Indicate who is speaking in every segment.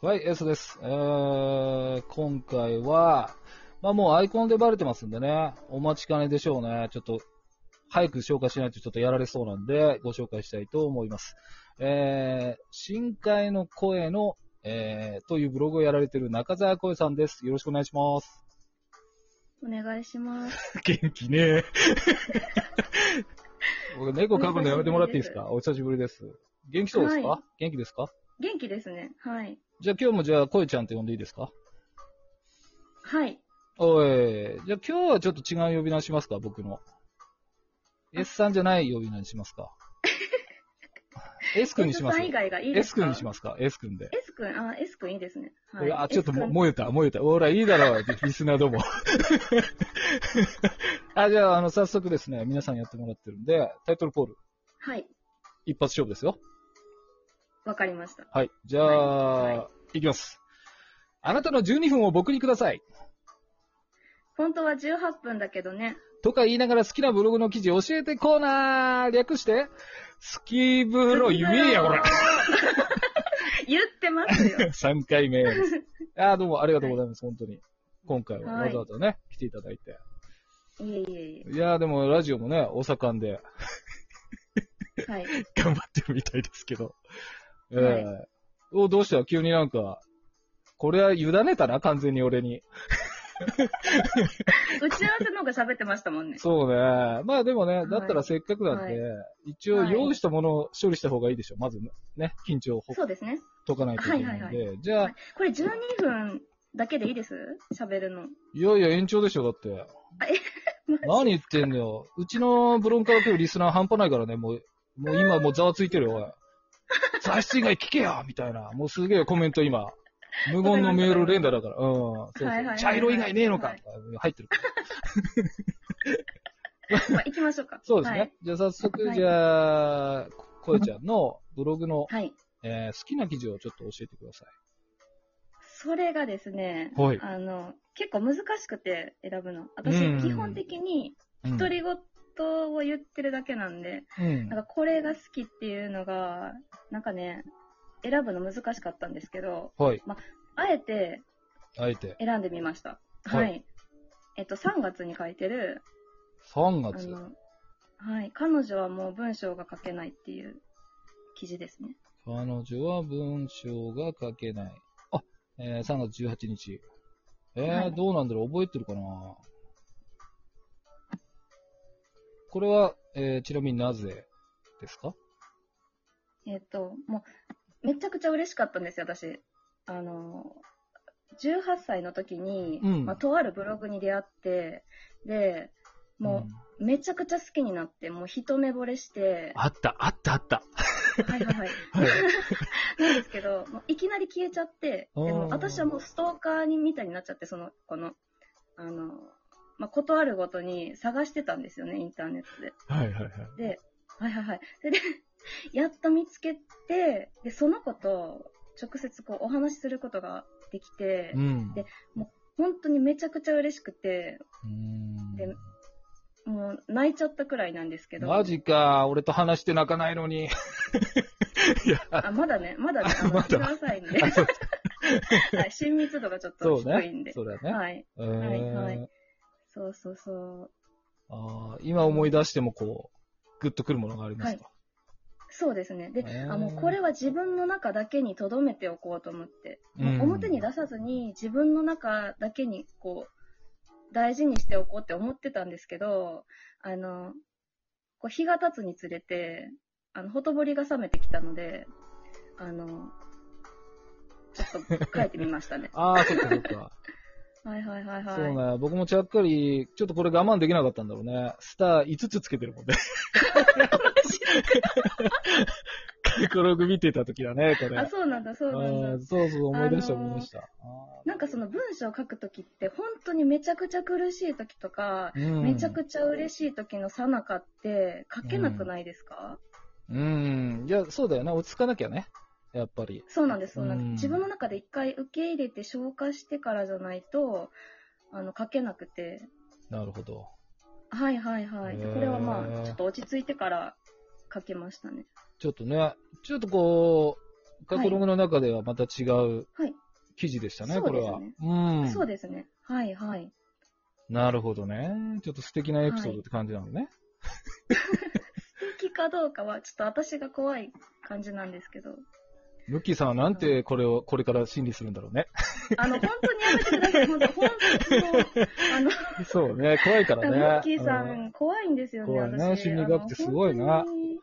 Speaker 1: はい、S です。えー、今回は、まあもうアイコンでバレてますんでね、お待ちかねでしょうね。ちょっと、早く紹介しないとちょっとやられそうなんで、ご紹介したいと思います。えー、深海の声の、えー、というブログをやられてる中澤声さんです。よろしくお願いします。
Speaker 2: お願いします。
Speaker 1: 元気 ねえ。僕、猫噛むのやめてもらっていいですかお久しぶりです。元気そうですか、
Speaker 2: は
Speaker 1: 元気ですか
Speaker 2: 元気ですね。はい。
Speaker 1: じゃあ今日もじゃあ、声ちゃんって呼んでいいですか
Speaker 2: はい。
Speaker 1: おい。じゃあ今日はちょっと違う呼び名しますか僕の。S さんじゃない呼び名にします か ?S 君にします
Speaker 2: さん以外がいいです
Speaker 1: ?S
Speaker 2: か
Speaker 1: 君にし
Speaker 2: ま
Speaker 1: ますか ?S 君で。
Speaker 2: す。S 君、あ、S 君いいですね。はい。
Speaker 1: あ、ちょっとも
Speaker 2: S 君
Speaker 1: 燃えた、燃えた。ほら、いいだろう、リスナーど も。あ、じゃあ、あの、早速ですね、皆さんやってもらってるんで、タイトルコール、
Speaker 2: はい。
Speaker 1: 一発勝負ですよ。
Speaker 2: わかりました。
Speaker 1: はい。じゃあ、
Speaker 2: はいい
Speaker 1: きます。あなたの12分を僕にください。
Speaker 2: 本当は18分だけどね。
Speaker 1: とか言いながら好きなブログの記事教えてコーナー略して、好きブロ言えや、ほら
Speaker 2: 言ってますよ。
Speaker 1: !3 回目。 あーどうもありがとうございます、本当に。今回はわざわざね、来ていただいて。
Speaker 2: いえいえい
Speaker 1: いやーでもラジオもね、お盛んで
Speaker 2: え。はい。
Speaker 1: 頑張ってるみたいですけど。えー
Speaker 2: はい
Speaker 1: お、どうした急になんか、これは委ねたな、完全に俺に。
Speaker 2: 打ち合わせの方が喋ってましたもんね。
Speaker 1: そうね。まあでもね、
Speaker 2: い
Speaker 1: だったらせっかくなんで、一応用意したものを処理した方がいいでしょ。まずね、緊張をほっ
Speaker 2: そうですね。
Speaker 1: とかないといけないので。
Speaker 2: はいは
Speaker 1: じゃあ、
Speaker 2: はいこれ12分だけでいいです喋るの。
Speaker 1: いやいや、延長でしょ、だ って。何言ってんのよ。うちのブロンから来るリスナー半端ないからね、もう、もう今もうざわついてるよ、おい。雑誌以外聞けよみたいな。もうすげえコメント今。無言のメール連打だから。うん。そうそう
Speaker 2: はいはいはい
Speaker 1: 茶色以外ねえのか
Speaker 2: はい
Speaker 1: とか入ってるから。
Speaker 2: まあ、行きましょうか。
Speaker 1: そうですね。じゃあ早速、
Speaker 2: はい
Speaker 1: じゃあ、ここえちゃんのブログの、
Speaker 2: はい。はい。
Speaker 1: えー好きな記事をちょっと教えてくださ
Speaker 2: それがですね、
Speaker 1: はい
Speaker 2: あの、結構難しくて選ぶの。私
Speaker 1: うん、
Speaker 2: 基本的に
Speaker 1: い。うん
Speaker 2: 独り言を言ってるだけなんで、
Speaker 1: うん
Speaker 2: なんかこれが好きっていうのが、なんかね、選ぶの難しかったんですけど、
Speaker 1: はい。
Speaker 2: あえて
Speaker 1: あえて。
Speaker 2: 選んでみました。
Speaker 1: は
Speaker 2: はいい。えっと、3月に書いてる、
Speaker 1: 3
Speaker 2: あ
Speaker 1: 月。
Speaker 2: の、はい。彼女はもう文章が書けないっていう記事ですね。
Speaker 1: 彼女は文章が書けない。あ、えー、3月18日。えー
Speaker 2: はい
Speaker 1: どうなんだろう覚えてるかなこれは、えー、ちなみになぜですか
Speaker 2: えっと、もう、めちゃくちゃ嬉しかったんですよ、私。あの、18歳の時に、
Speaker 1: うん
Speaker 2: まあ、とあるブログに出会って、で、も
Speaker 1: ん
Speaker 2: う、めちゃくちゃ好きになって、もう一目惚れして、
Speaker 1: あった、あった、あった。
Speaker 2: はいはいは
Speaker 1: は
Speaker 2: い。
Speaker 1: い。
Speaker 2: なんですけど、もういきなり消えちゃって、で
Speaker 1: あー
Speaker 2: も私はもうストーカーにみたいになっちゃって、その、この、あの、まあ、ことあるごとに探してたんですよね、インターネットで。
Speaker 1: はい、はい、はい。
Speaker 2: で、はいはいはい。で、 でやっと見つけて、で、その子と直接こうお話しすることができて、
Speaker 1: うん。
Speaker 2: で本当にめちゃくちゃ嬉しくて、
Speaker 1: うーん
Speaker 2: でもう泣いちゃったくらいなんですけど。
Speaker 1: マジか、俺と話して泣かないの に。いや、
Speaker 2: あ、まだね、まだね、あの、
Speaker 1: まだ
Speaker 2: 日が浅いんで。 はい、親密度がちょっ
Speaker 1: そ
Speaker 2: と
Speaker 1: う
Speaker 2: 低い
Speaker 1: ね
Speaker 2: んで。。
Speaker 1: そうだね。
Speaker 2: はい。
Speaker 1: えー
Speaker 2: はいはいそうそうそう。
Speaker 1: あー今思い出してもこう、グッとくるものがありますか、
Speaker 2: そうですね。で、
Speaker 1: へー
Speaker 2: あもうこれは自分の中だけに留めておこうと思って、もう
Speaker 1: うん。
Speaker 2: 表に出さずに自分の中だけにこう、大事にしておこうって思ってたんですけど、あの、こう日が経つにつれて、あの、ほとぼりが冷めてきたので、あの、ちょっと書いてみましたね
Speaker 1: ああ、そっかそっか。
Speaker 2: はいはいはいはい。
Speaker 1: そうね、僕もちゃっかり、ちょっとこれ我慢できなかったんだろうね。スター5つつけてるもんね。 カログ見てた時だね、これ。
Speaker 2: あ、そうなんだ、そうなんだ
Speaker 1: あー。そうそう、思い出した、
Speaker 2: あのー
Speaker 1: 思い出した。
Speaker 2: なんかその文章を書くときって、本当にめちゃくちゃ苦しいときとか、めち
Speaker 1: ちゃ。
Speaker 2: ゃくちゃ嬉しいときのさなかって、書けなくないですか、
Speaker 1: うん。いや、そうだよね。落ち着かなきゃね。やっぱり。
Speaker 2: そうなんです、そうなんで
Speaker 1: うん
Speaker 2: す。自分の中で一回受け入れて消化してからじゃないと、あの、書けなくて。
Speaker 1: なるほど。
Speaker 2: はいはいはい。
Speaker 1: へ
Speaker 2: で
Speaker 1: ー
Speaker 2: これはまあ、ちょっと落ち着いてから書けましたね。
Speaker 1: ちょっとね、ちょっとこカタログの中ではまた違う
Speaker 2: はい
Speaker 1: 記事でしたね、
Speaker 2: そう
Speaker 1: これ
Speaker 2: ですね
Speaker 1: は。うん。
Speaker 2: そうですね。はいはい。
Speaker 1: なるほどね。ちょっと素敵なエピソードって感じなのね。
Speaker 2: 素敵かどうかは、ちょっと私が怖い感じなんですけど。
Speaker 1: ムッキーさんはなんてこれを、これから審理するんだろうね。
Speaker 2: あの、本当にやめてください。本当、本当にもう、
Speaker 1: そうね、怖いか
Speaker 2: あの、
Speaker 1: ら
Speaker 2: ム
Speaker 1: ね。
Speaker 2: ッキーさ
Speaker 1: うん
Speaker 2: ん、怖いんですよね、
Speaker 1: 怖いね
Speaker 2: 私。
Speaker 1: 心理学ってすごいな
Speaker 2: あの。本当に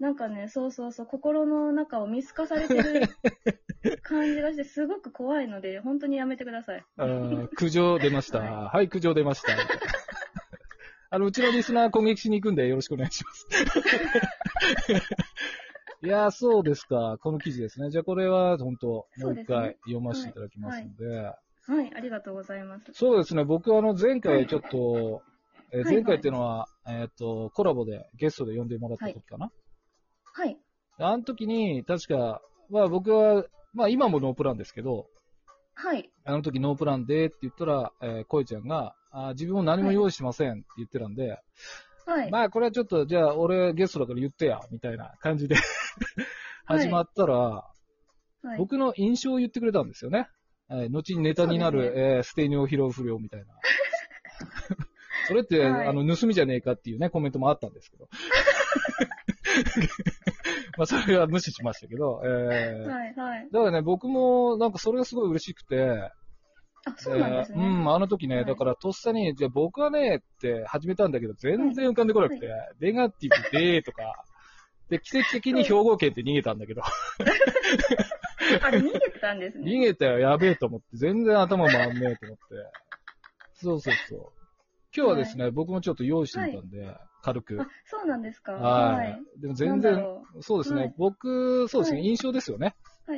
Speaker 2: なんかね、そうそうそう、心の中を見透かされて る感じがして、すごく怖いので、本当にやめてください。
Speaker 1: うん苦情出ました。
Speaker 2: は
Speaker 1: はい、苦情出ました。あの、うちのリスナー攻撃しに行くんでよろしくお願いします。 いやー、そうですか。この記事ですね。じゃあこれは本当、も
Speaker 2: そううで
Speaker 1: 一
Speaker 2: すね
Speaker 1: 回読ませていただきますので。
Speaker 2: はい、ありがとうございます。
Speaker 1: そうですね。僕はあの、前回ちょっと、えー
Speaker 2: はい
Speaker 1: 前回っていうのは、えっと、コラボでゲストで呼んでもらった時かな。
Speaker 2: はい、
Speaker 1: あの時に、確か、まあ僕は、まあ今もノープランですけど、
Speaker 2: はい、
Speaker 1: あの時ノープランでって言ったら、えー、こいちゃんが、あー自分も何も用意してませんって言ってたんで、
Speaker 2: はい。
Speaker 1: まあこれはちょっと、じゃあ俺ゲストだから言ってや、みたいな感じで 始まったら、
Speaker 2: はい、
Speaker 1: 僕の印象を言ってくれたんですよね。えー後にネタにな
Speaker 2: そ
Speaker 1: る
Speaker 2: う、
Speaker 1: えー捨て犬を拾う不良みたいな。 それって、
Speaker 2: はい
Speaker 1: あの、盗みじゃねえかっていうね、コメントもあったんですけど。 まあ、それは無視しましたけど、えー
Speaker 2: はい、はい。
Speaker 1: だからね、僕も、なんかそれがすごい嬉しくて、
Speaker 2: あ、そうなんですね。
Speaker 1: えーうん、あの時ね、
Speaker 2: はい
Speaker 1: だからとっさに、じゃあ僕はね、って始めたんだけど、全然浮かんでこなくて、ネガティブで、とか、で、奇跡的に兵庫県って逃げたんだ けど、
Speaker 2: あれ、逃げてたんですね。
Speaker 1: 逃げたよ、やべえと思って、全然頭回んねえと思って。そうそうそう。今日はですね、僕もちょっと用意してみたんで、軽く
Speaker 2: あ。、そうなんですか。
Speaker 1: は
Speaker 2: はいい。。
Speaker 1: でも全
Speaker 2: なんだ
Speaker 1: 然、
Speaker 2: ろ
Speaker 1: そうですね、
Speaker 2: はい
Speaker 1: 僕、そうですね、
Speaker 2: はい
Speaker 1: 印象ですよね。
Speaker 2: う。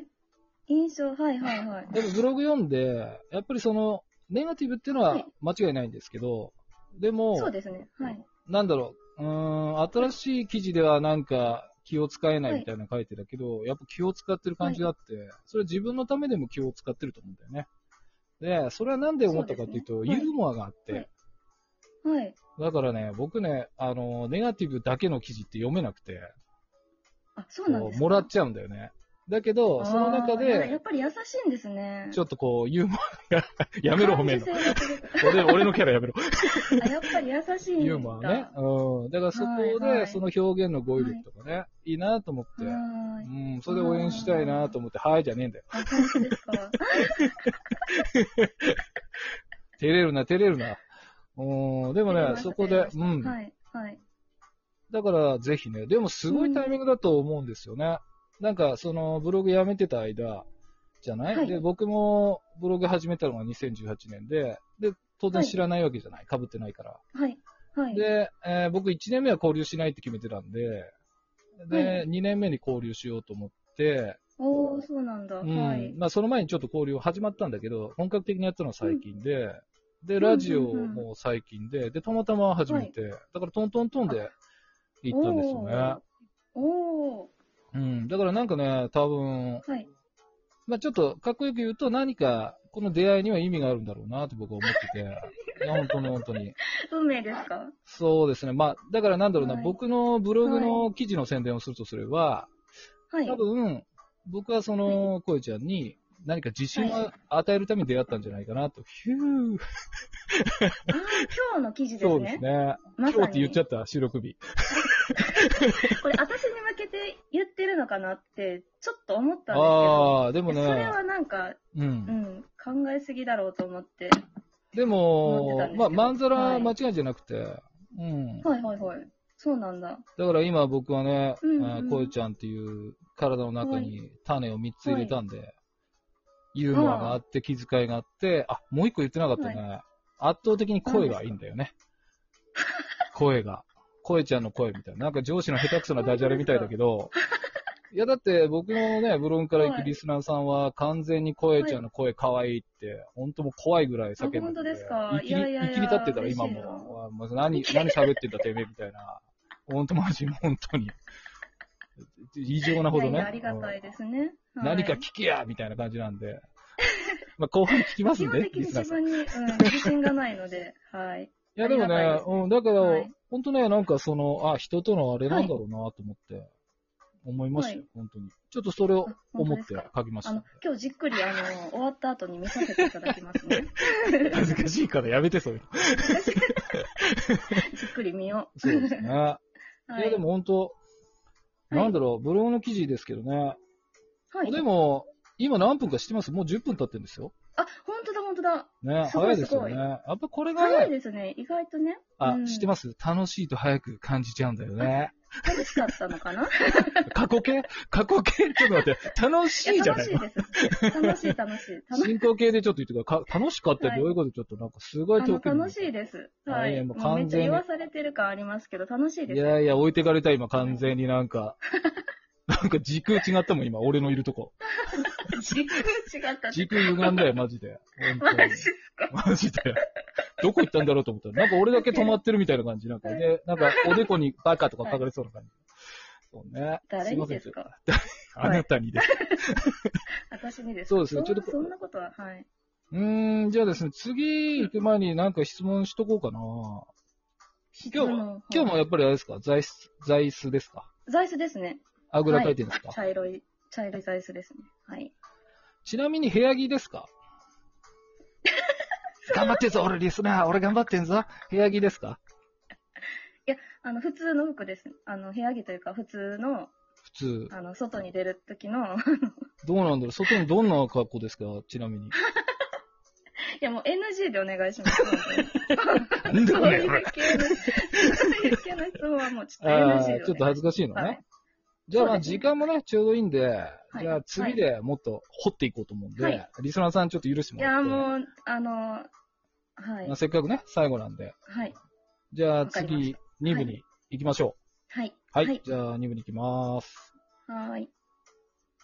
Speaker 2: 印象、はい、はい、はい。
Speaker 1: でもブログ読んで、やっぱりその、ネガティブっていうの
Speaker 2: は
Speaker 1: はい間違いないんですけど、でも、
Speaker 2: そうですね。はい。
Speaker 1: なんだろう、うーん、新しい記事ではなんか気を使えないみたいなの書いてたけど、やっぱ気を使ってる感じがあって、それ自分のためでも気を使ってると思うんだよね。で、それはなんで思ったかっていうと、
Speaker 2: そうですねはい
Speaker 1: ユーモアがあって、
Speaker 2: はいはい。
Speaker 1: だからね、僕ね、あの、ネガティブだけの記事って読めなくて、
Speaker 2: あ、そうなんですか。
Speaker 1: もらっちゃうんだよね。だけど、
Speaker 2: あー
Speaker 1: その中
Speaker 2: やや
Speaker 1: で
Speaker 2: っ、ぱり優しいんですね。
Speaker 1: ちょっとこう、ユーモアが、やめろ褒める
Speaker 2: 感受性がすごく
Speaker 1: 俺、俺のキャラやめろ。
Speaker 2: あやっぱり優しいん だ。
Speaker 1: ユーモアね。うん。だからそこ
Speaker 2: はいは
Speaker 1: で、
Speaker 2: い
Speaker 1: その表現の語彙力とかね、いいなと思って、
Speaker 2: はーい。
Speaker 1: うん、それで応援したいなと思って、はいじゃねえんだよ。
Speaker 2: あ、本当ですか。
Speaker 1: 照れるな、照れるな。うん、でも
Speaker 2: 照れ
Speaker 1: ね
Speaker 2: ま、した
Speaker 1: そこ
Speaker 2: 照れ
Speaker 1: で
Speaker 2: ま、し
Speaker 1: うん。
Speaker 2: はい、はい。
Speaker 1: だから、ぜひね、でもすごいタイミングだと思うんですよね。なんか、その、ブログやめてた間、じゃない、
Speaker 2: はい
Speaker 1: で、僕もブログ始めたのが2018年で、で、当然知らないわけじゃない。被ってないから。
Speaker 2: はい、はい。
Speaker 1: で、えー僕1年目は交流しないって決めてたんで、
Speaker 2: は
Speaker 1: で、2年目に交流しようと思って、
Speaker 2: おー、そうなんだ。
Speaker 1: うん
Speaker 2: はい。
Speaker 1: まあ、その前にちょっと交流始まったんだけど、本格的にやったのは最近で、で、
Speaker 2: ん
Speaker 1: ラジオも最近で、で、たまたま始めて、だからトントントンで行ったんですよね。
Speaker 2: おー。お
Speaker 1: うん、だからなんかね、多分、
Speaker 2: ーはい。
Speaker 1: まあ、ちょっとかっこよく言うと、何かこの出会いには意味があるんだろうなと僕は思ってて、いや、本当に本当に。
Speaker 2: 運命ですか
Speaker 1: そうですね、まあ、だからなんだろうな、
Speaker 2: はい
Speaker 1: 僕のブログの記事の宣伝をするとすれば、
Speaker 2: はい
Speaker 1: 多。分、僕はその、こいちゃんに何か自信を与えるために出会ったんじゃないかなと。ヒュー。
Speaker 2: あー今日の記事ですね。
Speaker 1: そうですね。
Speaker 2: ま
Speaker 1: 今
Speaker 2: さ
Speaker 1: 日
Speaker 2: に。
Speaker 1: って言っちゃった、収録日。
Speaker 2: これ、私に向けて言ってるのかなって、ちょっと思ったんですけど。
Speaker 1: ああー、でも
Speaker 2: それ
Speaker 1: ね、
Speaker 2: はなんか、
Speaker 1: う。
Speaker 2: うんん、考えすぎだろうと思って。
Speaker 1: で
Speaker 2: 飲んでたん
Speaker 1: も
Speaker 2: で、すけ
Speaker 1: まあ、
Speaker 2: ど
Speaker 1: まんざ
Speaker 2: は
Speaker 1: ら
Speaker 2: い
Speaker 1: 間違いじゃなくて、うん。
Speaker 2: はいはいはい。そうなんだ。
Speaker 1: だから今僕はね、
Speaker 2: うんうん
Speaker 1: あーこいちゃんっていう体の中に種を3つ入れたんで、ユーモアがあって、気遣いがあって、あ、もう1個言ってなかったね。圧倒的に声がいいんだよね。声が。声ちゃんの声みたいな。なんか上司の下手くそなダジャレみたいだけ ど、いやだって僕のね、ブログから行
Speaker 2: は
Speaker 1: く
Speaker 2: い
Speaker 1: リスナーさんは完全に声ちゃんの声可愛いって、本当もう怖いぐらい叫んでて
Speaker 2: あ本当ですか
Speaker 1: いきり、
Speaker 2: いやいやいや
Speaker 1: いきり立ってたら今
Speaker 2: 嬉しいな
Speaker 1: も、あもう何、何喋ってんだてめえみたいな。本当マジ、本当に。異常なほど
Speaker 2: いやい
Speaker 1: ね。
Speaker 2: やありがたいですね。
Speaker 1: うん何か
Speaker 2: き
Speaker 1: 聞けやみたいな感じなんで。まあ後半聞きます
Speaker 2: 基
Speaker 1: ん
Speaker 2: 本
Speaker 1: で、
Speaker 2: 的に
Speaker 1: リスナ
Speaker 2: 自
Speaker 1: ーさん。い
Speaker 2: 分に、うん、自信がない ので、はい。
Speaker 1: やでも
Speaker 2: ありがたい
Speaker 1: ね
Speaker 2: で、す
Speaker 1: うん、だから
Speaker 2: はい、
Speaker 1: 本当ね、なんかその、あ、人とのあれなんだろうなと思って。思いましたよ、
Speaker 2: は
Speaker 1: 本当に。ちょっとそれを
Speaker 2: あ本当
Speaker 1: 思っ
Speaker 2: です
Speaker 1: て
Speaker 2: か
Speaker 1: 書きまし
Speaker 2: あの
Speaker 1: た。、
Speaker 2: 今日じっくり、あの、終わった後に見させていただきま すね。
Speaker 1: 恥ずかしいからやめて、そういうの。
Speaker 2: じっくり見よ
Speaker 1: そうですね。い
Speaker 2: は
Speaker 1: や、でも本当、
Speaker 2: い
Speaker 1: なんだろう、ブログの記事ですけどね。
Speaker 2: う。はい。
Speaker 1: でも、今何分か知ってますもう10分経ってるんですよ。
Speaker 2: あ、本当だ、本当だ。
Speaker 1: ね、
Speaker 2: すご
Speaker 1: 早
Speaker 2: い
Speaker 1: いですよね。
Speaker 2: すごい
Speaker 1: やっぱこれが
Speaker 2: 早い
Speaker 1: ね、
Speaker 2: ですね。意外とね。
Speaker 1: あ
Speaker 2: う、ん
Speaker 1: 知ってます楽しいと早く感じちゃうんだよね。
Speaker 2: 楽しかったのかな
Speaker 1: 過去形過去形ちょっと待って、楽しい
Speaker 2: や
Speaker 1: じゃない
Speaker 2: 楽しいです。楽しい、楽しい。楽しい。
Speaker 1: 進行形でちょっと言ってください。か楽しかったってどういうことちょっとなんかすごい
Speaker 2: あ
Speaker 1: 遠
Speaker 2: の
Speaker 1: く
Speaker 2: 楽しいです。は
Speaker 1: あいや
Speaker 2: い。
Speaker 1: もう
Speaker 2: もうめっ
Speaker 1: 完
Speaker 2: ち
Speaker 1: 全
Speaker 2: ゃ
Speaker 1: に
Speaker 2: 言わされてる感ありますけど、楽しい
Speaker 1: い
Speaker 2: です。
Speaker 1: やいや、置いてかれた今完全になんか、なんか時空違ったもん今、俺のいるとこ。
Speaker 2: 時空違ったって。
Speaker 1: 時空歪んだよ、マジで。
Speaker 2: マ
Speaker 1: 本当に
Speaker 2: ジですか
Speaker 1: マジで。どこ行ったんだろうと思ったら、なんか俺だけ止まってるみたいな感じ。なんか、で、なんかおでこにバカとか書かれそうな感じ。そうね。
Speaker 2: 誰にです
Speaker 1: いま
Speaker 2: か
Speaker 1: せん。あなたにです。
Speaker 2: 私にですか
Speaker 1: そうですねちょっと
Speaker 2: そんなことは、はい。
Speaker 1: うーん、じゃあですね、次行く前になんか質問しとこうかな。今日
Speaker 2: あ
Speaker 1: も、
Speaker 2: の
Speaker 1: 今日も
Speaker 2: はい
Speaker 1: やっぱりあれですか座椅子、座椅子ですか
Speaker 2: 座椅子ですね。
Speaker 1: あぐらかいてるんですか、
Speaker 2: 茶色い、茶色い座椅子ですね。はい。
Speaker 1: ちなみに部屋着ですか 頑張ってんぞ、俺リスナー。俺頑張ってんぞ。部屋着ですか
Speaker 2: あの、普通の服です。あの、部屋着というか、普通の、
Speaker 1: 普通。
Speaker 2: あの、外に出る時の、
Speaker 1: どうなんだろう外にどんな格好ですかちなみに。
Speaker 2: いや、もう NG でお願いします。
Speaker 1: なんだ
Speaker 2: そう
Speaker 1: こ
Speaker 2: い
Speaker 1: れ。
Speaker 2: う系の、そういう系の質問はもうちょっと NG
Speaker 1: あ
Speaker 2: でお願いしま
Speaker 1: ー
Speaker 2: す。
Speaker 1: ちょっと恥ずかしいのね。
Speaker 2: はい
Speaker 1: じゃあま
Speaker 2: そう
Speaker 1: あ
Speaker 2: ですね
Speaker 1: 時間もね、ちょうどいいんで、
Speaker 2: い
Speaker 1: じゃあ次でもっと掘っていこうと思うんで、
Speaker 2: はい
Speaker 1: リスナーさんちょっと許して
Speaker 2: い
Speaker 1: もら
Speaker 2: や、
Speaker 1: って。
Speaker 2: もう、あの、はい
Speaker 1: まあ、。せっかくね、最後なんで。
Speaker 2: はい。
Speaker 1: じゃあ
Speaker 2: わかりま
Speaker 1: 次
Speaker 2: し、
Speaker 1: 2部に行きましょ
Speaker 2: はい。
Speaker 1: う。はい。
Speaker 2: はい。
Speaker 1: じゃあ2部に行きます。
Speaker 2: はーい。